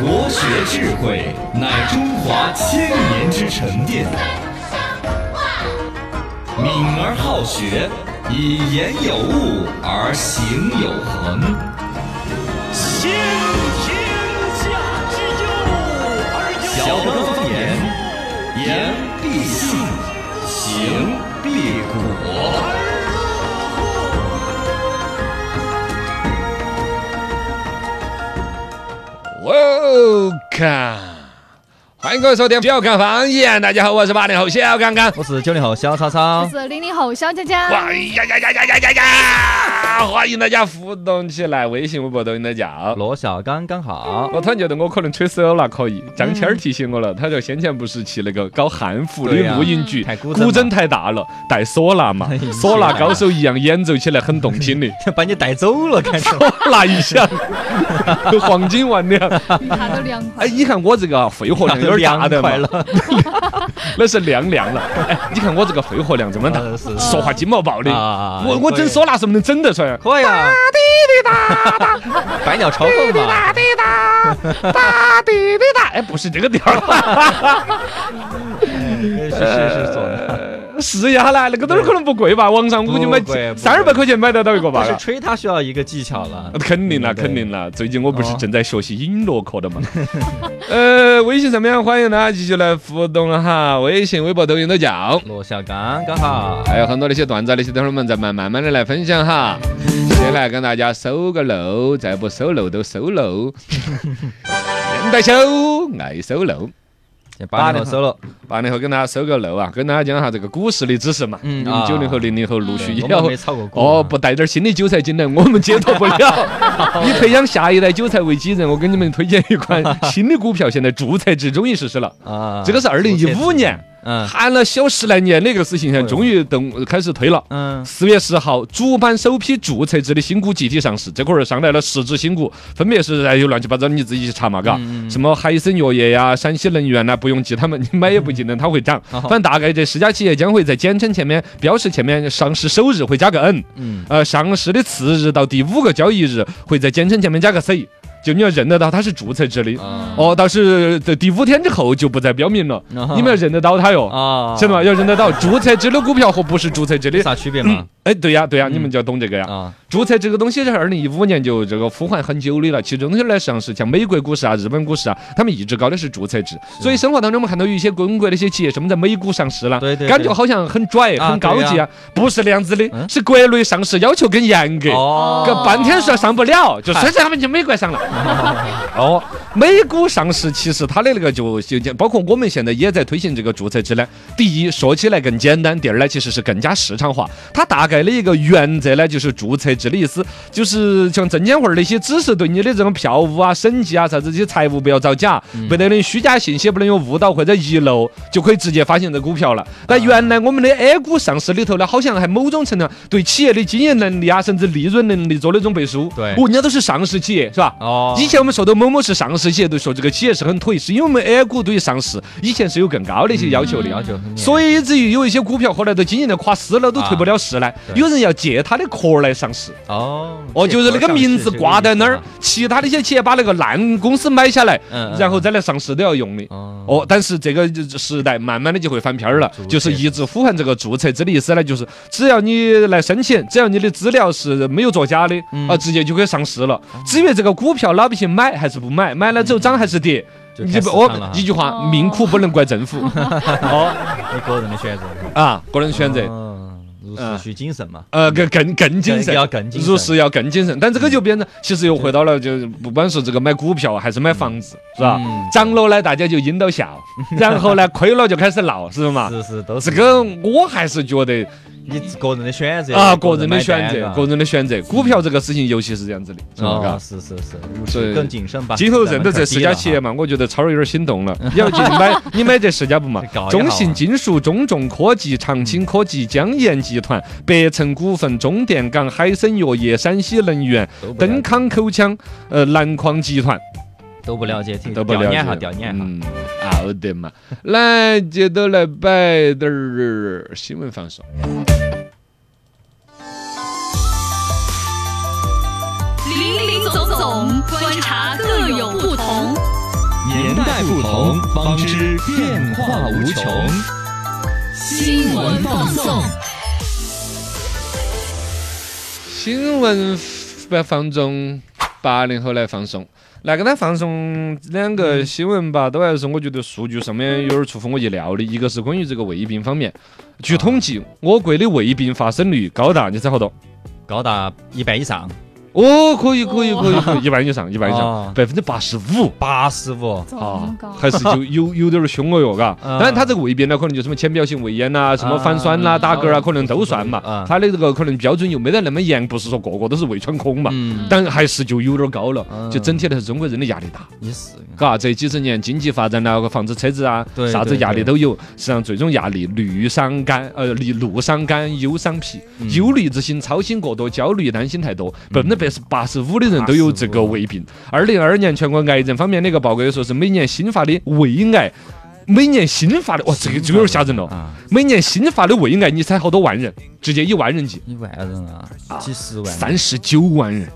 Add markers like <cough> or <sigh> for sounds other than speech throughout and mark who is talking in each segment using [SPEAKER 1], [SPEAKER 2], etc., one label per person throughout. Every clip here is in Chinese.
[SPEAKER 1] 国学智慧乃中华千年之沉淀，敏而好学，以言有物而行有恒。
[SPEAKER 2] 先天下之忧而忧
[SPEAKER 1] 小刚方言，言必信，行必果。
[SPEAKER 3] Welcome，欢迎各位收听小刚方言。大家好，我是八零后小刚刚。
[SPEAKER 4] 我是九零后小超超
[SPEAKER 5] 我，是零零后小佳佳，
[SPEAKER 3] 哇呀呀呀呀呀呀呀！欢迎大家互动起来，微信、微博、抖音的叫。
[SPEAKER 4] 罗小刚刚好。
[SPEAKER 3] 我突然觉得我可能吹死了，可以。张谦儿提醒我了，他说先前不是去那个搞汉服的
[SPEAKER 4] 对呀
[SPEAKER 3] 录音局
[SPEAKER 4] 太，古筝嘛
[SPEAKER 3] 古筝太大了，带唢呐嘛
[SPEAKER 4] <laughs> 哎，呀
[SPEAKER 3] 唢呐高手一样演奏起来很动听
[SPEAKER 4] <laughs>
[SPEAKER 3] 的，
[SPEAKER 4] 把你带走了，感觉
[SPEAKER 3] 唢呐一响，黄金万两。
[SPEAKER 5] 他都凉
[SPEAKER 3] 哎，
[SPEAKER 5] 快。
[SPEAKER 3] 你看我这个肺活
[SPEAKER 4] <laughs>
[SPEAKER 3] 量有点大的嘛
[SPEAKER 4] 快，了，
[SPEAKER 3] <laughs> 那是亮亮了。哎，你看我这个肺活量这么大，
[SPEAKER 4] 呃 <laughs> 是
[SPEAKER 3] 说话金毛爆的。
[SPEAKER 4] 啊
[SPEAKER 3] 我我
[SPEAKER 4] 可以
[SPEAKER 3] 整唢呐是不是能整得出来？
[SPEAKER 4] 可以啊。 <laughs> 百鸟朝凤嘛，
[SPEAKER 3] 滴答，
[SPEAKER 4] <laughs>
[SPEAKER 3] 哒滴滴答，哎，不是这个调儿， <laughs>
[SPEAKER 4] 是是是做的。
[SPEAKER 3] 试一下啦，那个东西可能不贵吧？网上估计买
[SPEAKER 4] 不贵不贵
[SPEAKER 3] 三二百块钱买得到一个吧
[SPEAKER 4] 但？是吹它需要一个技巧了，
[SPEAKER 3] 肯定啦，
[SPEAKER 4] 对
[SPEAKER 3] 肯定啦！最近我不是
[SPEAKER 4] 哦
[SPEAKER 3] 正在学习音乐课的嘛？ <laughs> 呃，微信上面欢迎大家继续来互动哈，微信、微博、抖音都叫。
[SPEAKER 4] 罗小刚刚好。
[SPEAKER 3] 还有很多的一些段子啊，那些等会儿我们再慢慢慢的来分
[SPEAKER 4] <laughs>
[SPEAKER 3] 享哈。先来跟大家搜个漏，再不搜漏都搜漏。人在修，爱搜漏。
[SPEAKER 4] 八零后 solo，
[SPEAKER 3] 八零后跟大家搜个漏啊，跟大家讲下这个股市的知识嘛。
[SPEAKER 4] 嗯
[SPEAKER 3] 因为
[SPEAKER 4] 啊
[SPEAKER 3] 九零后、零零后陆续也
[SPEAKER 4] 我们
[SPEAKER 3] 要
[SPEAKER 4] 没炒过股
[SPEAKER 3] 哦，不带点儿新的韭菜进来，我们接受不
[SPEAKER 4] <laughs>
[SPEAKER 3] 了。以培养下一代韭菜为己任，我给你们推荐一款新的股票，现在注册制终于实施了。
[SPEAKER 4] 啊，
[SPEAKER 3] 这个是二零一五年，
[SPEAKER 4] 嗯
[SPEAKER 3] 喊了小十来年的一个事情，现在终于等开始推了。
[SPEAKER 4] 嗯，
[SPEAKER 3] 四月十号，主板首批注册制的新股集体上市，这会儿上来了十只新股，分别是哎还有乱七八糟，你自己去查嘛，嘎、
[SPEAKER 4] 嗯嗯
[SPEAKER 3] 什么海参药业呀、山西能源呐、不用记他们，你买也不记得它会涨。
[SPEAKER 4] 哦
[SPEAKER 3] 反正大概这十家企业将会在简称前面、标识前面上市首日会加个 N，
[SPEAKER 4] 嗯，
[SPEAKER 3] 呃，上市的次日到第五个交易日会在简称前面加个 C，就你要认得到它是注册制的。
[SPEAKER 4] 啊
[SPEAKER 3] 哦，倒是这第五天之后就不再标明了，
[SPEAKER 4] 啊
[SPEAKER 3] 你们要认得到它哟。
[SPEAKER 4] 啊，
[SPEAKER 3] 晓得吗？要认得到注册制的股票和不是注册制的
[SPEAKER 4] 有啥区别嘛？
[SPEAKER 3] 哎，对呀，对呀，你们就要懂这个呀。
[SPEAKER 4] 啊，
[SPEAKER 3] 注册这个东西是二零一五年就这个呼唤很久的了，其中来上市，像美国股市啊、日本股市啊，他们一直搞的是注册制。所以生活当中我们看到有一些中国的一啊些企业，什么在美股上市了，
[SPEAKER 4] 对对对
[SPEAKER 3] 感觉好像很拽、
[SPEAKER 4] 啊
[SPEAKER 3] 很高级
[SPEAKER 4] 对
[SPEAKER 3] 啊，不是那样子的，
[SPEAKER 4] 嗯
[SPEAKER 3] 是国内上市要求更严格。
[SPEAKER 4] 哦，
[SPEAKER 3] 个半天说上不了，就说他们去美国上了。哦，美股上市其实它的那个就就包括我们现在也在推行这个注册制呢。第一，说起来更简单；第二呢，其实是更加市场化。它大概的一个原则呢，就是注册制的意思，就是像证监会儿那些只是对你的这种票务啊、审计啊、啥子这些财务不要造假，不能有虚假信息，不能有误导或者遗漏，就可以直接发行这股票了。但原来我们的 A 股上市里头呢，好像还某种程度上对企业的经营能力啊，甚至利润能力做了一种背书。
[SPEAKER 4] 对
[SPEAKER 3] 哦，人家都是上市企业，是吧？
[SPEAKER 4] 哦，
[SPEAKER 3] 以前我们说的某某是上市企业，都说这个企业是很腿，是因为我们 A 股对于上市以前是有更高的一些要求
[SPEAKER 4] 嗯
[SPEAKER 3] 的。
[SPEAKER 4] 要求很严，
[SPEAKER 3] 所以以至于有一些股票后来都经营的垮死了，都退不了市来。
[SPEAKER 4] 嗯对
[SPEAKER 3] 有人要借它的壳儿来上市，
[SPEAKER 4] 哦，
[SPEAKER 3] 哦，
[SPEAKER 4] 这
[SPEAKER 3] 就是那个
[SPEAKER 4] 上
[SPEAKER 3] 名
[SPEAKER 4] 市
[SPEAKER 3] 字
[SPEAKER 4] 这个
[SPEAKER 3] 挂
[SPEAKER 4] 意
[SPEAKER 3] 在
[SPEAKER 4] 思
[SPEAKER 3] 那儿
[SPEAKER 4] 啊，
[SPEAKER 3] 其他的一些企业把那个烂公司买下来
[SPEAKER 4] 嗯，嗯
[SPEAKER 3] 然后再来上市都要用的。
[SPEAKER 4] 哦，
[SPEAKER 3] 哦，但是这个时代慢慢的就会翻篇儿了
[SPEAKER 4] 注，册
[SPEAKER 3] 就是一直呼唤这个注册制的意思呢，就是只要你来申请，只要你的资料是没有作假的，
[SPEAKER 4] 嗯啊
[SPEAKER 3] 啊，直接就可以上市了。至于这个股票老百姓买还是不买，买了之后涨还是跌，
[SPEAKER 4] 嗯就
[SPEAKER 3] 你
[SPEAKER 4] 看
[SPEAKER 3] 不
[SPEAKER 4] 市场了
[SPEAKER 3] 哦
[SPEAKER 4] 哈，
[SPEAKER 3] 一句话，
[SPEAKER 5] 哦
[SPEAKER 3] 命苦不能怪政府
[SPEAKER 4] 哦，你个人的选择，
[SPEAKER 3] 啊，个人选择。
[SPEAKER 4] 嗯，入
[SPEAKER 3] 嗯
[SPEAKER 4] 市需谨慎嘛，
[SPEAKER 3] 呃，更更更谨慎，
[SPEAKER 4] 要更谨慎
[SPEAKER 3] 入市要更谨慎。但
[SPEAKER 4] 嗯
[SPEAKER 3] 这个就变成，其实又回到了，就是不管是这个买股票还是买房子，是吧
[SPEAKER 4] 嗯？
[SPEAKER 3] 涨了呢，大家就应
[SPEAKER 4] <laughs>
[SPEAKER 3] 到笑；然后呢，亏了就开始闹，是不是嘛？
[SPEAKER 4] 是是都
[SPEAKER 3] 啊
[SPEAKER 4] 是
[SPEAKER 3] 这个我还是觉得
[SPEAKER 4] 你个人的选择
[SPEAKER 3] 啊，个人的选择，个
[SPEAKER 4] 人
[SPEAKER 3] 人的选择，股票这个事情尤其是这样子的，是吧？
[SPEAKER 4] 啊，
[SPEAKER 3] 嘎
[SPEAKER 4] 是是是，
[SPEAKER 3] 对
[SPEAKER 4] 更谨慎吧。
[SPEAKER 3] 今后认
[SPEAKER 4] 认
[SPEAKER 3] 得
[SPEAKER 4] 得
[SPEAKER 3] 这四家企业，嘛，我觉得超儿有点心
[SPEAKER 4] <laughs>
[SPEAKER 3] 动了。你要去买，你买这四家不嘛
[SPEAKER 4] 搞一下？啊
[SPEAKER 3] 中信金属、中重科
[SPEAKER 4] 嗯
[SPEAKER 3] 技、长青科技、江盐集团、百城股份、中电港、海参药业、山西能源、
[SPEAKER 4] 都不了
[SPEAKER 3] 登康口腔、呃南矿集团
[SPEAKER 4] 都不了解，听
[SPEAKER 3] 都不
[SPEAKER 4] 调
[SPEAKER 3] 了解
[SPEAKER 4] 研哈，调研哈。
[SPEAKER 3] 嗯，好的嘛，来接着来摆点儿新闻放送。
[SPEAKER 6] 林林总总，观察各有不同。
[SPEAKER 1] 年代不同，方知变化无穷。
[SPEAKER 6] 新闻放送。
[SPEAKER 3] 新闻不放纵，八零后来放松。来跟他放松两个
[SPEAKER 4] 嗯
[SPEAKER 3] 新闻吧，都还是我觉得数据上面有点出乎我意料的。一个是关于这个胃病方面，据统计，我国的胃病发生率高达你猜好多？
[SPEAKER 4] 高达一半以上，
[SPEAKER 3] 哦，可以可以可以可以，一半以上，一半以
[SPEAKER 4] <laughs>
[SPEAKER 3] 上
[SPEAKER 4] 哦，
[SPEAKER 3] 百分之八十五。
[SPEAKER 4] 八十五，
[SPEAKER 5] 这
[SPEAKER 3] 啊
[SPEAKER 5] 么高，，
[SPEAKER 3] 还是就有有点儿凶哦哟，嘎。
[SPEAKER 4] 嗯
[SPEAKER 3] 当然，他这个胃病呢，可能就什么浅表性胃炎呐、什么反酸啦、
[SPEAKER 4] 嗯
[SPEAKER 3] 打嗝啊，
[SPEAKER 4] 稍微
[SPEAKER 3] 可能都算嘛
[SPEAKER 4] 嗯。
[SPEAKER 3] 他的这个可能标准又没得那么严，不是说个个都是胃穿孔嘛，
[SPEAKER 4] 嗯，
[SPEAKER 3] 但还是就有点儿高了。
[SPEAKER 4] 嗯
[SPEAKER 3] 就整体来说，中国人的压力大。
[SPEAKER 4] 也是，
[SPEAKER 3] 嘎，这几十年经济发展啦，个房子、车子啊
[SPEAKER 4] 对，
[SPEAKER 3] 啥子
[SPEAKER 4] 对
[SPEAKER 3] 压力
[SPEAKER 4] 对
[SPEAKER 3] 都有。实际上，最终压力虑伤肝，呃，虑路伤肝，忧伤脾，
[SPEAKER 4] 嗯
[SPEAKER 3] 忧虑之心，操心过多，焦虑担心太多。百分之百是八十五的人都有这个胃病。二零二二年全国癌症方面的一个报告也说是每年新发的胃癌，每年新发的，哇，这个这个有点吓人了。
[SPEAKER 4] 啊，
[SPEAKER 3] 每年新发的胃癌，你猜好多万人？直接一万人计，
[SPEAKER 4] 一万人啊，几十万，
[SPEAKER 3] 三十九万人，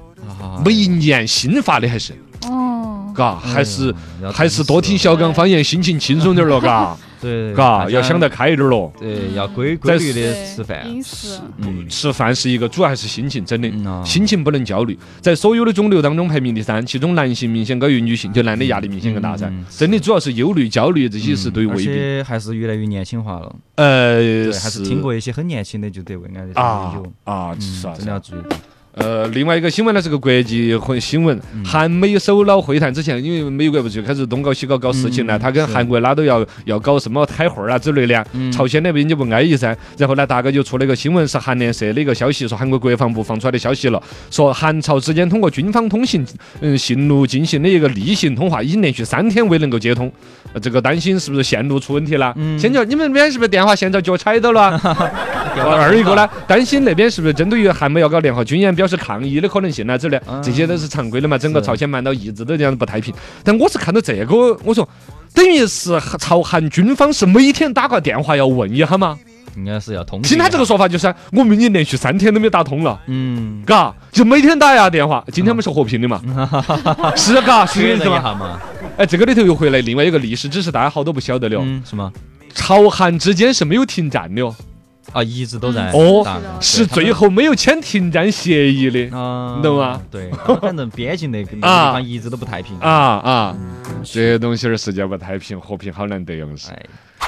[SPEAKER 4] 啊，
[SPEAKER 3] 每一年新发的还是，
[SPEAKER 5] 哦，
[SPEAKER 3] 嘎，还是。
[SPEAKER 4] 哎呀
[SPEAKER 3] 还是多听，小刚方言，心情轻松点儿了，嘎，
[SPEAKER 4] 要对，大
[SPEAKER 3] 嘎，
[SPEAKER 4] 家
[SPEAKER 3] 要想得，开一点儿咯。
[SPEAKER 4] 对，要规规律的吃
[SPEAKER 6] 啊
[SPEAKER 4] 饭，
[SPEAKER 5] 饮食，
[SPEAKER 4] 嗯
[SPEAKER 3] 吃饭是一个，主要还是心情，真的
[SPEAKER 4] 嗯，啊
[SPEAKER 3] 心情不能焦虑。在所有的肿瘤当中排名第三，其中男性明显高于女性，就男的压力明显更大噻
[SPEAKER 4] 嗯。
[SPEAKER 3] 真的主要是忧虑、焦虑这些是对
[SPEAKER 4] 而
[SPEAKER 3] 胃病，
[SPEAKER 4] 且还是越来越年轻化了，
[SPEAKER 3] 呃，
[SPEAKER 4] 嗯对，还是听过一些很年轻的就得胃癌的
[SPEAKER 3] 啊
[SPEAKER 4] 有，
[SPEAKER 3] 啊，
[SPEAKER 4] 嗯
[SPEAKER 3] 是啊，
[SPEAKER 4] 真
[SPEAKER 3] 是
[SPEAKER 4] 的
[SPEAKER 3] 啊
[SPEAKER 4] 要注意，
[SPEAKER 3] 呃，另外一个新闻呢是个国际混新闻，
[SPEAKER 4] 嗯
[SPEAKER 3] 韩美首脑会谈之前，因为美国不是开始东搞西搞搞事情
[SPEAKER 4] 嗯
[SPEAKER 3] 呢，他跟
[SPEAKER 4] 是
[SPEAKER 3] 韩国哪都要要搞什么开会儿啊之类的啊，
[SPEAKER 4] 嗯
[SPEAKER 3] 朝鲜那边就不安逸噻。然后呢，大概就出了一个新闻，是韩联社的一个消息，说韩国国防部放出来的消息了，说韩朝之间通过军方通信嗯信路进行的一个例行通话，已经连续三天未能够接通，呃这个担心是不是线路出问题了？先叫你们那边是不是电话线遭脚踩到了啊？二一个呢，担心那边是不是针对于韩美要搞联合军演表示抗议的可能性啊呢之类，这些都是常规的嘛。整个朝鲜半岛一直都这样不太平，但我是看到这个，我说等于是朝韩军方是每天打个电话要问一下嘛。
[SPEAKER 4] 嗯应该是要通。
[SPEAKER 3] 听他这个，说法就是，我们已经连续三天都没有打通了。
[SPEAKER 4] 嗯，
[SPEAKER 3] 嘎，就每天打一下电话。今天我们是和平的嘛，
[SPEAKER 4] 嗯
[SPEAKER 3] <laughs> 是啊嘎，
[SPEAKER 4] 确
[SPEAKER 3] 是这个意
[SPEAKER 4] 认
[SPEAKER 3] 思
[SPEAKER 4] 一 <laughs>
[SPEAKER 3] 嘛？
[SPEAKER 4] 下嘛，
[SPEAKER 3] 哎，这个里头又回来另外一个历史知识，大家好多不晓得了。
[SPEAKER 4] 嗯，是吗？
[SPEAKER 3] 朝韩之间是没有停战的哦，
[SPEAKER 4] 啊，一直都在
[SPEAKER 3] 哦
[SPEAKER 4] 打
[SPEAKER 5] 是的
[SPEAKER 4] 的，
[SPEAKER 3] 是最后没有签停战协议的。
[SPEAKER 4] 啊，
[SPEAKER 3] 你懂吗？
[SPEAKER 4] 对，他们反正边境那个那个
[SPEAKER 3] 啊
[SPEAKER 4] 地方一直都不太平
[SPEAKER 3] 啊。啊，这些东西儿世界不太平，和平好难得用是。
[SPEAKER 4] 哎，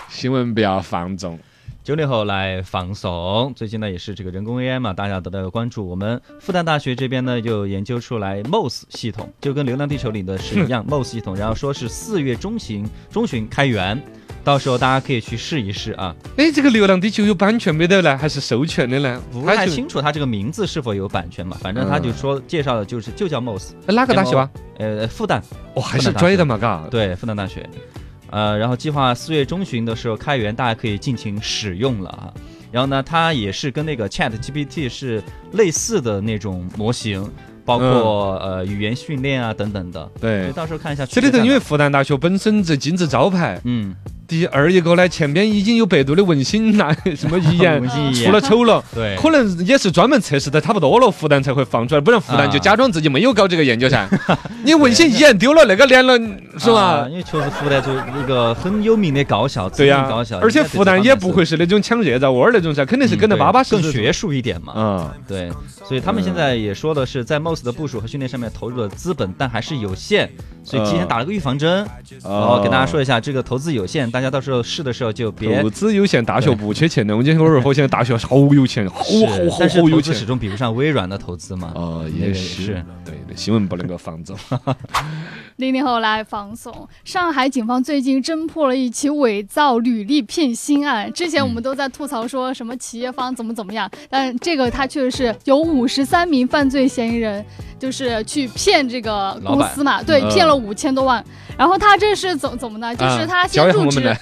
[SPEAKER 3] 新闻不要放纵，
[SPEAKER 4] 九零后来放送，最近呢也是这个人工 AI 嘛，大家都在关注。我们复旦大学这边呢就研究出来 MOS 系统，就跟《流浪地球》里的是一
[SPEAKER 3] <laughs>
[SPEAKER 4] 样 MOS 系统，然后说是四月中旬中旬开源，到时候大家可以去试一试啊。
[SPEAKER 3] 哎，这个《流浪地球》有版权没得呢，还是授权的呢？
[SPEAKER 4] 不
[SPEAKER 3] 它
[SPEAKER 4] 太
[SPEAKER 3] 就
[SPEAKER 4] 清楚它这个名字是否有版权嘛，反正他就说介绍的就是就叫 MOS，
[SPEAKER 3] 哪个大学啊？
[SPEAKER 4] 呃，复旦
[SPEAKER 3] 哦，还是拽的嘛，嘎。
[SPEAKER 4] 对，复旦大学。呃，然后计划四月中旬的时候开源，大家可以尽情使用了啊。然后呢，它也是跟那个 Chat GPT 是类似的那种模型，包括、呃语言训练啊等等的。所以
[SPEAKER 3] 嗯对，
[SPEAKER 4] 到时候看一下区
[SPEAKER 3] 这
[SPEAKER 4] 别
[SPEAKER 3] 里
[SPEAKER 4] 在
[SPEAKER 3] 头
[SPEAKER 4] 哪。
[SPEAKER 3] 因为复旦大学本身这金字招牌，
[SPEAKER 4] 嗯，
[SPEAKER 3] 第二一个呢，前边已经有百度的文心那什么遗言
[SPEAKER 4] <laughs> 文心一言
[SPEAKER 3] 出了丑了。
[SPEAKER 4] 对，
[SPEAKER 3] 可能也是专门测试的差不多了，复旦才会放出来，不然复旦就
[SPEAKER 4] 啊
[SPEAKER 3] 假装自己没有搞这个研究
[SPEAKER 4] <laughs>
[SPEAKER 3] 噻。你文心一言丢了那个脸了，是吧
[SPEAKER 4] 啊？因为确实复旦做一个很有名的高校，知
[SPEAKER 3] 对
[SPEAKER 4] 名
[SPEAKER 3] 呀
[SPEAKER 4] 高校，，
[SPEAKER 3] 而且
[SPEAKER 4] 应该对
[SPEAKER 3] 复
[SPEAKER 4] 这
[SPEAKER 3] 旦
[SPEAKER 4] 方
[SPEAKER 3] 也
[SPEAKER 4] 面
[SPEAKER 3] 不
[SPEAKER 4] 是
[SPEAKER 3] 会是那种抢热灶窝儿那种噻，肯定是
[SPEAKER 4] 嗯
[SPEAKER 3] 跟得
[SPEAKER 4] 对
[SPEAKER 3] 巴巴适
[SPEAKER 4] 更
[SPEAKER 3] 适。
[SPEAKER 4] 学啊术一点嘛。
[SPEAKER 3] 嗯，
[SPEAKER 4] 对，所以他们现在也说的是，在 MOS 的部署和训练上面投入的资本，但还是有限，所
[SPEAKER 3] 嗯
[SPEAKER 4] 以提前打了个预防针，然后哦给大家说一下，这个投资有限，大家到时候试的时候就别
[SPEAKER 3] 投。资有限，大学不缺钱的。我今天偶尔发现大学好有钱，好
[SPEAKER 4] 是
[SPEAKER 3] 好好
[SPEAKER 4] 但是
[SPEAKER 3] 好有
[SPEAKER 4] 投资
[SPEAKER 3] 钱
[SPEAKER 4] 始。终比不上微软的投资嘛。
[SPEAKER 3] 哦，
[SPEAKER 4] 那
[SPEAKER 3] 也
[SPEAKER 4] 个
[SPEAKER 3] 是
[SPEAKER 4] 是，哦
[SPEAKER 3] 对的，新闻不能够放纵。
[SPEAKER 5] 零零后来放松。上海警方最近侦破了一起伪造履历骗薪案。之前我们都在吐槽说什么企业方怎么怎么样，但这个他确实是有五十三名犯罪嫌疑人，就是去骗这个公司嘛，对
[SPEAKER 3] 嗯，
[SPEAKER 5] 骗了五千多万。然后他这是怎怎么呢？就是他先
[SPEAKER 3] 啊
[SPEAKER 5] 入职，
[SPEAKER 3] 呢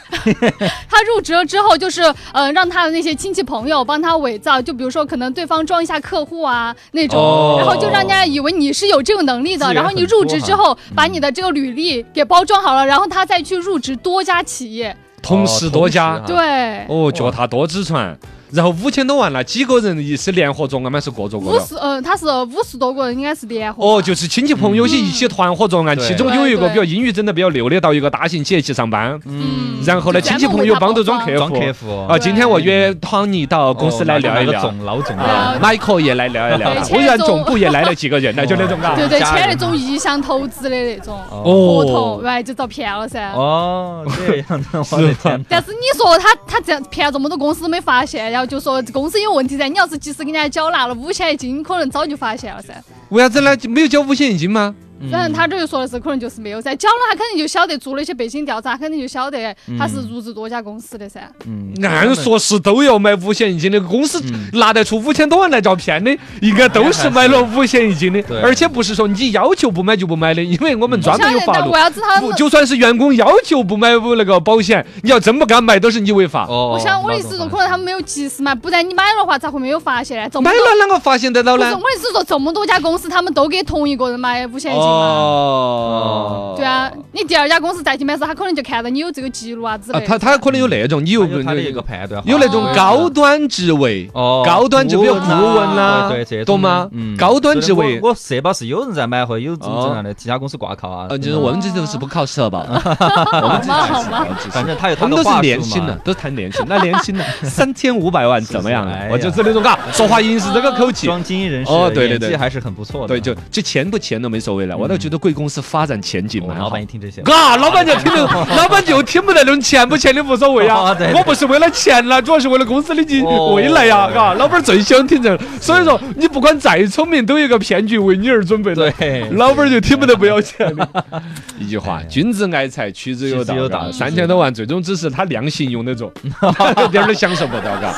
[SPEAKER 5] 他入职了之后，就是呃，让他的那些亲戚朋友帮他伪造，就比如说可能对方装一下客户啊那种，
[SPEAKER 4] 哦
[SPEAKER 5] 然后就让人家以为你是有这个能力
[SPEAKER 4] 资
[SPEAKER 5] 的，
[SPEAKER 4] 源
[SPEAKER 5] 然后你
[SPEAKER 4] 很多嗯
[SPEAKER 5] 入职之后把你的这个履历给包装好了，然后他再去入职多家企业。
[SPEAKER 3] 同时多家
[SPEAKER 4] 同时啊
[SPEAKER 5] 对，
[SPEAKER 3] 哦，脚踏多只船。然后五千多万了，几个人一是联合作案吗？是各做各
[SPEAKER 5] 五
[SPEAKER 3] 的。
[SPEAKER 5] 十呃，他是五十多个人，应该是联合吧。
[SPEAKER 3] 哦，就是亲戚朋友些一起团伙作案，
[SPEAKER 4] 嗯对
[SPEAKER 3] 其中有一个
[SPEAKER 5] 对
[SPEAKER 3] 比较英语整得比较溜的，到一个大型企业去上班，
[SPEAKER 5] 嗯，
[SPEAKER 3] 然后呢，
[SPEAKER 5] 就
[SPEAKER 3] 亲
[SPEAKER 5] 专
[SPEAKER 3] 戚
[SPEAKER 5] 门
[SPEAKER 3] 朋
[SPEAKER 5] 为
[SPEAKER 3] 友
[SPEAKER 5] 他
[SPEAKER 3] 帮
[SPEAKER 5] 保
[SPEAKER 3] 着装
[SPEAKER 5] 障
[SPEAKER 3] 客
[SPEAKER 4] 装
[SPEAKER 3] 户。
[SPEAKER 4] 客服
[SPEAKER 3] 啊，今天我
[SPEAKER 5] 对
[SPEAKER 3] 约汤尼到公司来聊一
[SPEAKER 4] 哦哪个
[SPEAKER 3] 聊
[SPEAKER 4] 总。老总哦
[SPEAKER 3] 啊
[SPEAKER 5] 啊，
[SPEAKER 3] m i c h a e l 也来聊一聊
[SPEAKER 5] 对，
[SPEAKER 3] 微
[SPEAKER 5] 千
[SPEAKER 3] 软
[SPEAKER 5] 总
[SPEAKER 3] 总部也来了几个
[SPEAKER 4] <laughs>
[SPEAKER 3] 人呢，就那种啊。
[SPEAKER 5] 对对，
[SPEAKER 4] 家
[SPEAKER 5] 签
[SPEAKER 4] 人
[SPEAKER 5] 那种意向投资的那种
[SPEAKER 4] 哦
[SPEAKER 5] 合同，然后就遭骗了噻。
[SPEAKER 4] 哦，这样的，我的
[SPEAKER 5] <laughs>
[SPEAKER 4] 天
[SPEAKER 5] 但是你说他他这样骗了这么多公司都没发现，然后就说公司有问题噻。你要是及时给人家缴纳了五险一金，你可能早就发现了噻。
[SPEAKER 3] 为啥子呢？就没有交五险一金吗？
[SPEAKER 4] 哪！
[SPEAKER 5] 然后他这就说的是，可能就是没有噻。缴了他肯定就晓得做了一些背景调查，肯定就晓得他是入职多家公司的噻。
[SPEAKER 4] 嗯，
[SPEAKER 3] 按说是都要买五险一金的，公司
[SPEAKER 4] 嗯
[SPEAKER 3] 拿得出五千多万来照骗的，应该都是买了五险一金的
[SPEAKER 4] 对，
[SPEAKER 3] 而且不是说你要求不买就不买的，因为我们
[SPEAKER 4] 嗯
[SPEAKER 3] 专
[SPEAKER 5] 晓
[SPEAKER 3] 门有
[SPEAKER 5] 得，
[SPEAKER 3] 法
[SPEAKER 5] 但
[SPEAKER 3] 律
[SPEAKER 5] 为。啥子他
[SPEAKER 3] 不
[SPEAKER 5] 们？
[SPEAKER 3] 就算是员工要求不买不那个保险，你要真不敢买，都是你违法。
[SPEAKER 4] 哦，
[SPEAKER 5] 我想我的意思是说，可能他们没有及时嘛，不然你买了的话，咋会没有发现呢？这么
[SPEAKER 3] 买
[SPEAKER 5] 多
[SPEAKER 3] 了啷个发现得到
[SPEAKER 5] 不
[SPEAKER 3] 呢
[SPEAKER 5] 是，？我意思是说，这么多家公司，他们都给同一个人买五险一金嘛。
[SPEAKER 3] 哦
[SPEAKER 5] 对啊，你第二家公司再去买时，他可能就看到你有这个记录啊之类
[SPEAKER 3] 啊
[SPEAKER 5] 的。
[SPEAKER 3] 他他可能有那种，你有
[SPEAKER 4] 他哎有他的一
[SPEAKER 3] 哦
[SPEAKER 4] 个判断，
[SPEAKER 3] 有那种高端职位，
[SPEAKER 4] 哦，
[SPEAKER 3] 高端职位有顾问
[SPEAKER 4] 啦，
[SPEAKER 3] 啦
[SPEAKER 4] 对，这，
[SPEAKER 3] 懂
[SPEAKER 4] 种
[SPEAKER 3] 吗
[SPEAKER 4] 嗯，？
[SPEAKER 3] 高端职位
[SPEAKER 4] 所以，我我社保是有人在买或者有怎么怎么样的，其他公司挂靠啊，
[SPEAKER 3] 呃，就是
[SPEAKER 4] 真的
[SPEAKER 3] 我们这都是不靠社保，哦
[SPEAKER 5] 好嘛好嘛，
[SPEAKER 4] 反正他有
[SPEAKER 3] 我
[SPEAKER 4] 他
[SPEAKER 3] 们
[SPEAKER 4] 的话
[SPEAKER 3] 都是
[SPEAKER 4] 术
[SPEAKER 3] 年
[SPEAKER 4] 嘛
[SPEAKER 3] 薪的，都是谈年薪，那年薪的 <laughs> 三千五百万怎么样
[SPEAKER 4] 是是
[SPEAKER 3] 啊
[SPEAKER 4] 哎？呀
[SPEAKER 3] 我就是那种嘎，说话硬是这个口气。
[SPEAKER 4] 装精英人士，
[SPEAKER 3] 哦对对对
[SPEAKER 4] 演技还是很不错的。
[SPEAKER 3] 对，就这钱不钱都没所谓了，我倒觉得贵公司发展前景
[SPEAKER 4] 我
[SPEAKER 3] 蛮
[SPEAKER 4] 老
[SPEAKER 3] 好
[SPEAKER 4] 板一。听这些，
[SPEAKER 3] 嘎，嗯哦老板就听得， <laughs> 老板就听不得那种钱不钱的无所谓 <laughs> 啊
[SPEAKER 4] 哦对。对
[SPEAKER 3] 我不是为了钱啦，主要是为了公司的经
[SPEAKER 4] 哦
[SPEAKER 3] 未来呀，嘎，老板最喜欢听这种。所以说，你不管再聪明，都有一个骗局为你而准备的。
[SPEAKER 4] 对，
[SPEAKER 3] 老板就听不得不要钱的。一句话，君子爱财，取之哎有
[SPEAKER 4] 取之有
[SPEAKER 3] 道。
[SPEAKER 4] 道
[SPEAKER 3] 嘎
[SPEAKER 4] 取之
[SPEAKER 3] 三千多万，最终只是他量刑用得 <laughs> 着，点儿都享受不到，嘎。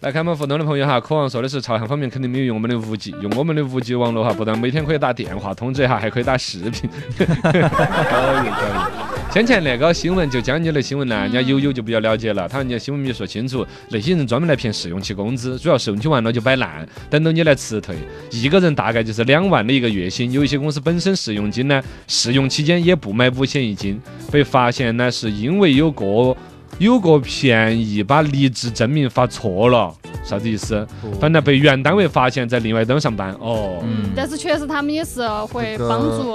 [SPEAKER 3] 来看我们互动的朋友哈，渴望说的是朝阳方面肯定没有用我们的五 G，用我们的五 G 网络哈，不但每天可以打电话通知一下，还可以打视频。 <laughs> 可以可以。先前那个新闻就江你的新闻呢，人家友友就比较了解了，他人家新闻没说清楚，那些人专门来骗试用期工资，主要试用期完了就摆烂，等到你来辞退。一个人大概就是两万的一个月薪，有一些公司本身试用金呢，试用期间也不买五险一金，被发现呢是因为有个。有个便宜把离职证明发错了，啥子意思？反正被原单位发现，在另外一端上班。哦，
[SPEAKER 4] 嗯，
[SPEAKER 5] 但是确实他们也是会帮助，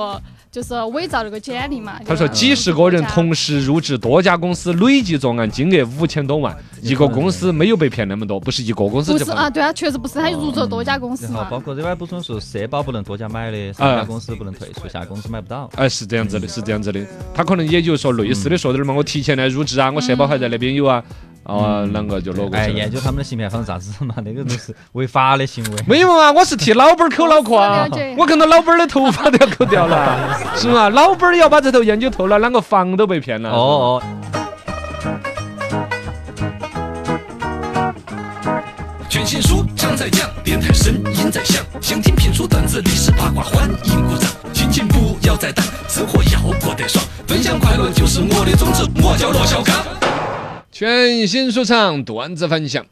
[SPEAKER 5] 就是伪造那个简历嘛。
[SPEAKER 3] 他说，
[SPEAKER 5] 就是
[SPEAKER 3] 几十个人同时入职多家公司，累计作案金额五千多万，一个公司没有被骗那么多，不是一个公司
[SPEAKER 5] 不
[SPEAKER 3] 就是骗
[SPEAKER 5] 啊，对啊，确实不是，他入驻了多家公司
[SPEAKER 4] 然后
[SPEAKER 5] 嘛。
[SPEAKER 4] 包括这边补充说，社保不能多家买
[SPEAKER 3] 啊
[SPEAKER 4] 的，三家公司不能退出，下公司买不到。
[SPEAKER 3] 哎，是这样子的，是这样子的。他可能也就是说类似的说点儿嘛，我提前来入职啊，我社保还在那边有啊，哦，啷个就挪过
[SPEAKER 4] 哎，
[SPEAKER 3] 去
[SPEAKER 4] 研
[SPEAKER 3] 了。
[SPEAKER 4] 究他们的行骗方式啥子嘛，那个都是违法的行为。
[SPEAKER 3] 没有啊，我是替老板儿抠脑壳啊
[SPEAKER 5] 我了解，
[SPEAKER 3] 我看到老板儿的头发都要抠掉了，是吗？老板儿要把这头研究透了，啷个房都被骗了？
[SPEAKER 4] 哦哦，
[SPEAKER 1] 全新书trang在样，电台声音在响，想听评书段子历史八卦，欢迎鼓掌。心情不要再淡，生活要过得爽，分享快乐就是我的宗旨。我叫罗小刚。
[SPEAKER 3] 全新书场段子分享，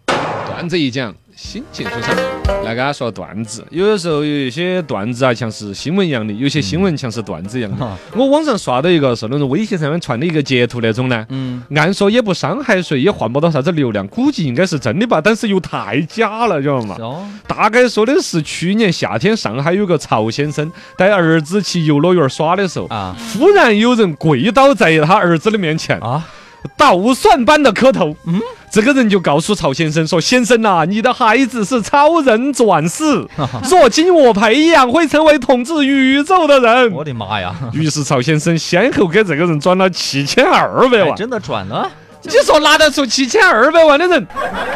[SPEAKER 3] 段子一讲，心情舒畅。来给大家说段子，有的时候有一些段子啊，像是新闻一样的；有些新闻像是段子一样的。我网上刷到一个是那种微信上面传的一个截图那种呢，
[SPEAKER 4] 嗯，
[SPEAKER 3] 按说也不伤害谁，也换不到啥子流量，估计应该是真的吧，但是又太假了，晓得嘛
[SPEAKER 4] 是？哦，
[SPEAKER 3] 大概说的是去年夏天，上海有个曹先生带儿子去游乐园耍的时候，
[SPEAKER 4] 啊
[SPEAKER 3] 忽然有人跪倒在他儿子的面前，
[SPEAKER 4] 啊，
[SPEAKER 3] 倒算般的磕头。嗯，这个人就告诉曹先生说：“先生呐、你的孩子是超人转世，若经我培养，会成为统治宇宙的人。
[SPEAKER 4] 我的妈呀，”
[SPEAKER 3] 于是曹先生先后给这个人转了七千二百
[SPEAKER 4] 还
[SPEAKER 3] 万。
[SPEAKER 4] 哎真的转了，
[SPEAKER 3] 你说拿得出七千二百万的人，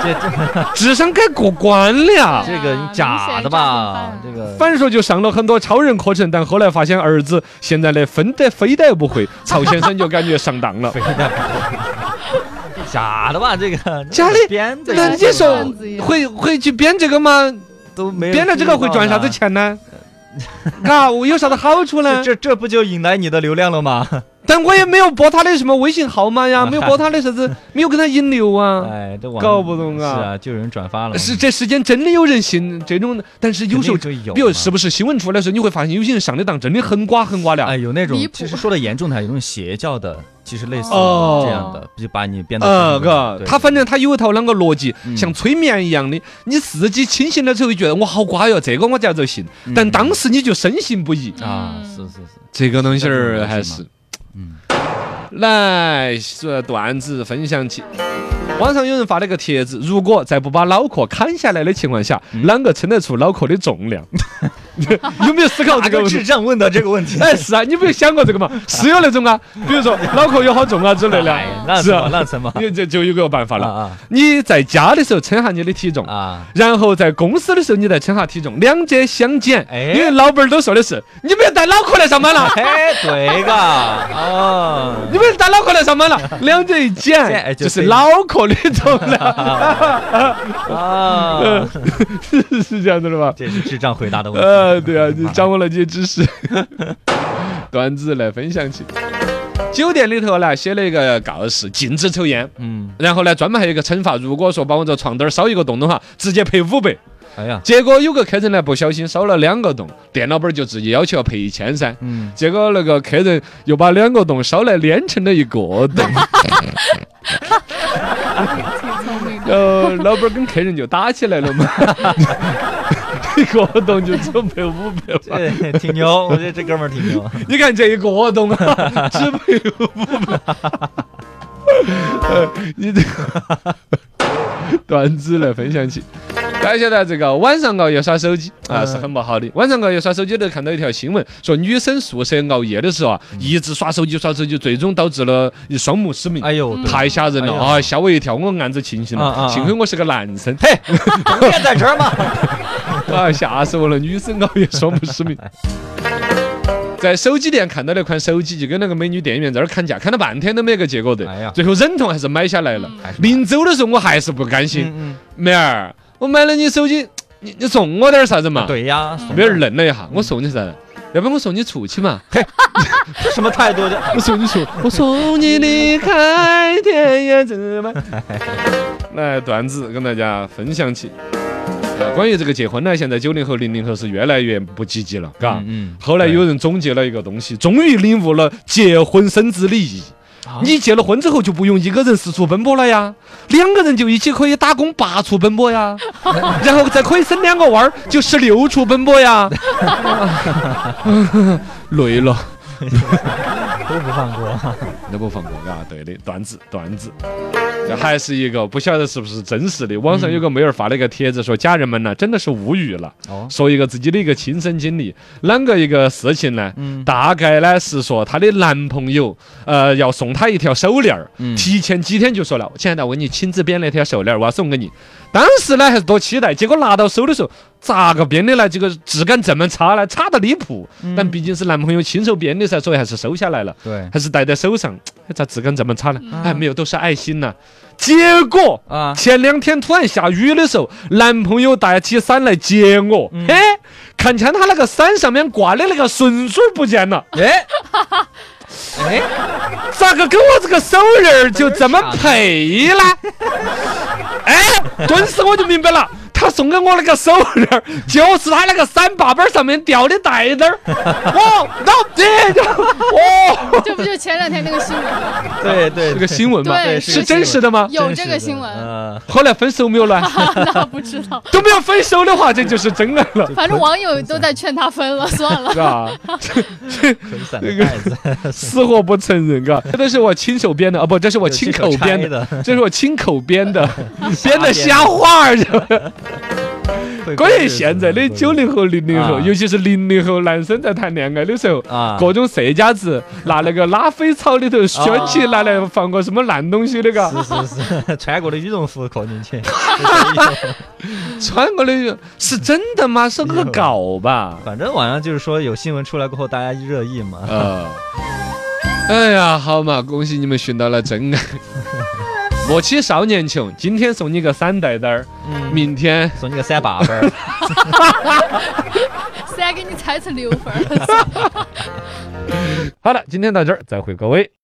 [SPEAKER 4] 这这
[SPEAKER 3] 智商该过关了呀！
[SPEAKER 4] 哎这
[SPEAKER 5] 啊
[SPEAKER 4] 个假的吧？这个
[SPEAKER 3] 反说就上了很多超人课程，但后来发现儿子现在连分得飞得也不会，曹先生就感觉上当
[SPEAKER 4] <laughs>
[SPEAKER 3] 了。
[SPEAKER 4] 假的吧？这
[SPEAKER 3] <laughs>
[SPEAKER 4] 个
[SPEAKER 3] 假的
[SPEAKER 4] 编的，
[SPEAKER 3] 那你
[SPEAKER 5] 这
[SPEAKER 3] 说
[SPEAKER 5] 样子也
[SPEAKER 3] 会会去编这个吗？
[SPEAKER 4] 都没
[SPEAKER 3] 编了这个会赚啥
[SPEAKER 4] <laughs>
[SPEAKER 3] 子？钱呢？嘎，我有啥子好处呢嗯
[SPEAKER 4] 这？这这不就引来你的流量了吗？
[SPEAKER 3] 但但我也没有拨他的什么微信号码呀，
[SPEAKER 4] <laughs>
[SPEAKER 3] 没有拨他的啥子，没有跟他引流啊。
[SPEAKER 4] 哎，这网
[SPEAKER 3] 搞不懂啊
[SPEAKER 4] 是啊，就有人转发了嘛，
[SPEAKER 3] 是这世间真的有人信这种的，但是有时候
[SPEAKER 4] 肯定会有
[SPEAKER 3] 比如
[SPEAKER 4] 嘛
[SPEAKER 3] 是不是新闻出来的时候，你会发现有些人上的当真的很瓜很瓜的。
[SPEAKER 4] 哎，有那种
[SPEAKER 5] 离，谱
[SPEAKER 4] 其实说的严重点，有那种邪教的，其实类似
[SPEAKER 3] 哦
[SPEAKER 4] 这样的，就把你变得
[SPEAKER 3] 呃，
[SPEAKER 4] 个
[SPEAKER 3] 个，他反正他有一套啷个逻辑，
[SPEAKER 4] 嗯
[SPEAKER 3] 像催眠一样的，你自己清醒了之后就觉得我好瓜哟，这个我就要就信，但当时你就深信不疑，
[SPEAKER 4] 啊，
[SPEAKER 5] 嗯
[SPEAKER 4] 是是是，
[SPEAKER 3] 这个东西
[SPEAKER 4] 这
[SPEAKER 3] 儿
[SPEAKER 4] 种
[SPEAKER 3] 还
[SPEAKER 4] 东西
[SPEAKER 3] 是
[SPEAKER 4] 嘛，嗯，
[SPEAKER 3] 来说段子分享起。网上有人发了个帖子，如果在不把脑壳砍下来的情况下，啷个称得出脑壳的重量？有没有思考这个问题？
[SPEAKER 4] 障问到这个问
[SPEAKER 3] <laughs>
[SPEAKER 4] 题
[SPEAKER 3] 哎，是啊，你没有想过这个嘛？是有那种啊，比如说脑壳有好重啊之类
[SPEAKER 4] 哎，那
[SPEAKER 3] 的，是
[SPEAKER 4] 什么
[SPEAKER 3] 啊，
[SPEAKER 4] 那什
[SPEAKER 3] <laughs>
[SPEAKER 4] 么
[SPEAKER 3] 你就就有个办法了。
[SPEAKER 4] 啊
[SPEAKER 3] 你在家的时候称下你的体重
[SPEAKER 4] 啊，啊，
[SPEAKER 3] 然后在公司的时候你再称下体重，两者相减。
[SPEAKER 4] 哎
[SPEAKER 3] 因为老板儿都说的是，你不要带脑壳来上班了，
[SPEAKER 4] <laughs> 哎，对个，哦，
[SPEAKER 3] 你不要带脑壳来上班了，两者一
[SPEAKER 4] <laughs> 减哎
[SPEAKER 3] 减
[SPEAKER 4] 就
[SPEAKER 3] 就是
[SPEAKER 4] 对
[SPEAKER 3] 脑壳的重量，
[SPEAKER 4] <laughs>
[SPEAKER 3] <laughs>
[SPEAKER 4] 啊，
[SPEAKER 3] 是是这样子
[SPEAKER 4] <laughs>
[SPEAKER 3] 的吧？
[SPEAKER 4] 这是智障回答的问题。
[SPEAKER 3] 呃，对啊，你掌握了这些知识， <laughs> 段子来分享起。酒店里头呢写了一个告示，禁止抽烟。
[SPEAKER 4] 嗯，
[SPEAKER 3] 然后呢，专门还有一个惩罚，如果说把我这床单儿烧一个洞的话，直接赔五百。
[SPEAKER 4] 哎呀，
[SPEAKER 3] 结果有个客人呢不小心烧了两个洞，店老板儿就直接要求要赔一千噻。
[SPEAKER 4] 嗯，
[SPEAKER 3] 结果那个客人又把两个洞烧来连成了一个洞，
[SPEAKER 5] 挺聪明的。
[SPEAKER 3] 呃，老板儿跟客人就打起来了嘛。 <laughs> 一个洞就只赔五百万，
[SPEAKER 4] 这挺牛，
[SPEAKER 3] <laughs>
[SPEAKER 4] 我觉得这哥们儿挺牛。
[SPEAKER 3] 你看这一个
[SPEAKER 4] <laughs>
[SPEAKER 3] 洞啊，只赔五百。呃，你这个 <laughs> 段子来分享起。感谢大家这个晚上熬夜耍手机啊，
[SPEAKER 4] 嗯
[SPEAKER 3] 是很不好的。晚上熬夜耍手机的，看到一条新闻，说女生宿舍熬夜的时候啊，
[SPEAKER 4] 嗯
[SPEAKER 3] 一直耍手机耍手机，最终导致了双目失明。
[SPEAKER 4] 哎
[SPEAKER 5] 嗯
[SPEAKER 4] 呦，对
[SPEAKER 3] 太吓人了
[SPEAKER 4] 哎呀
[SPEAKER 3] 啊！吓我一跳，我暗自庆幸
[SPEAKER 4] 啊啊
[SPEAKER 3] 了，
[SPEAKER 4] 啊
[SPEAKER 3] 幸亏我是个男生，
[SPEAKER 4] 嘿，你也在这儿吗？ <laughs>
[SPEAKER 3] 啊，吓死我了！女生熬夜双目失明，在手机店看到那款手机，就跟那个美女店员在那儿砍价，砍了半天都没个结果的
[SPEAKER 4] 哎呀，
[SPEAKER 3] 最后忍痛还是买下来了。
[SPEAKER 4] 还是
[SPEAKER 3] 临走的时候，我还是不甘心，
[SPEAKER 4] 嗯
[SPEAKER 3] 妹儿，我买了你手机，你你送我点儿啥子嘛？
[SPEAKER 4] 嗯，，对呀，怂
[SPEAKER 3] 妹儿愣了一下，我送你啥子？要不我送你出去嘛？
[SPEAKER 4] 这什么态度？
[SPEAKER 3] <laughs>
[SPEAKER 4] 这
[SPEAKER 3] 我送你出，我送你离开天涯怎 <laughs> 么办？来段子跟大家分享起。呃关于这个结婚呢，现在九零后、零零后是越来越不积极了，嘎。
[SPEAKER 4] 嗯，嗯
[SPEAKER 3] 后来有人总结了一个东西，终于领悟了结婚生子的意义。
[SPEAKER 4] 啊
[SPEAKER 3] 你结了婚之后就不用一个人四处奔波了呀，两个人就一起可以打工八处奔波 <laughs> 呀，然后再可以生两个娃儿，就十六处奔波 <laughs> 呀。累了。
[SPEAKER 4] 都不放过。
[SPEAKER 3] 那不放过啊，对的，段子段子，这还是一个不晓得是不是真实的。网上有个妹儿发了一个帖子，说家人们呢真的是无语了，
[SPEAKER 4] 哦，
[SPEAKER 3] 说一个自己的一个亲身经历，啷个一个事情呢？
[SPEAKER 4] 嗯，
[SPEAKER 3] 大概呢是说她的男朋友，呃，要送她一条手链儿，
[SPEAKER 4] 嗯
[SPEAKER 3] 提前几天就说了，亲爱的，我给你亲自编了一条手链儿，我要送给你。当时呢还是多期待，结果拿到手的时候，咋个编的呢？这个质感这么差呢，差得离谱。
[SPEAKER 4] 嗯
[SPEAKER 3] 但毕竟是男朋友亲手编的噻，所以还是收下来了。 <laughs>
[SPEAKER 4] 对
[SPEAKER 3] 还是戴在手上，哎咋质感这么差呢？哎，没有，都是爱心呐、结果
[SPEAKER 4] 啊，
[SPEAKER 3] 前两天突然下雨的时候，男朋友带起伞来接我，哎，看见他那个伞上面挂的那个绳索不见了，
[SPEAKER 4] 哎，哎，
[SPEAKER 3] 咋个跟我这个手链儿就这么配呢？ <laughs> 哎，顿时我就明白了。他送给我那个手链儿，就是他那个伞把把上面吊的带带儿。哦， <laughs> 老弟，哦，
[SPEAKER 5] 这不就前两天那个
[SPEAKER 3] <laughs>
[SPEAKER 5] 新闻吗？
[SPEAKER 4] 对对，
[SPEAKER 3] 哎这个新闻嘛，
[SPEAKER 5] 对
[SPEAKER 3] 是真实的吗？
[SPEAKER 5] 有这个新闻，
[SPEAKER 4] 嗯，
[SPEAKER 3] 后来分手没有呢？
[SPEAKER 5] 那 <laughs> 不知道。
[SPEAKER 3] 都没有分手的话，这就是真爱
[SPEAKER 5] <laughs>
[SPEAKER 3] 了，
[SPEAKER 5] 反正网友都在劝他分了，算了
[SPEAKER 3] <laughs> 是。吧？
[SPEAKER 4] 捆散的袋
[SPEAKER 3] <laughs>
[SPEAKER 4] 子，
[SPEAKER 3] 死活不承认，嘎，这都是我亲手编的啊，不，这是我亲口编的，
[SPEAKER 4] 的，
[SPEAKER 3] 这是我亲口编
[SPEAKER 4] <laughs>
[SPEAKER 3] 的，编的瞎话儿。是吧关键现在的九零后、零零后，
[SPEAKER 4] 啊
[SPEAKER 3] 尤其是零零后男生在谈恋爱的时候。
[SPEAKER 4] 啊， <laughs>
[SPEAKER 3] 各种社交值，拿那个拉菲草里头掀起
[SPEAKER 5] 啊
[SPEAKER 3] 拿来放个什么烂东西的嘎，
[SPEAKER 4] 是是是，穿过的羽绒服扣进去，
[SPEAKER 3] 穿过的是真的吗？是恶搞吧？
[SPEAKER 4] 反正网上就是说有新闻出来过后，大家热议嘛。
[SPEAKER 3] 呃， <laughs> 哎呀，好嘛，恭喜你们寻到了真爱。莫欺少年穷，今天送你个三袋袋儿，
[SPEAKER 4] 嗯，
[SPEAKER 3] 明天
[SPEAKER 4] 送你个三八分儿，
[SPEAKER 5] 虽然给你猜成六分儿，
[SPEAKER 3] 好了，今天到这儿，再会各位。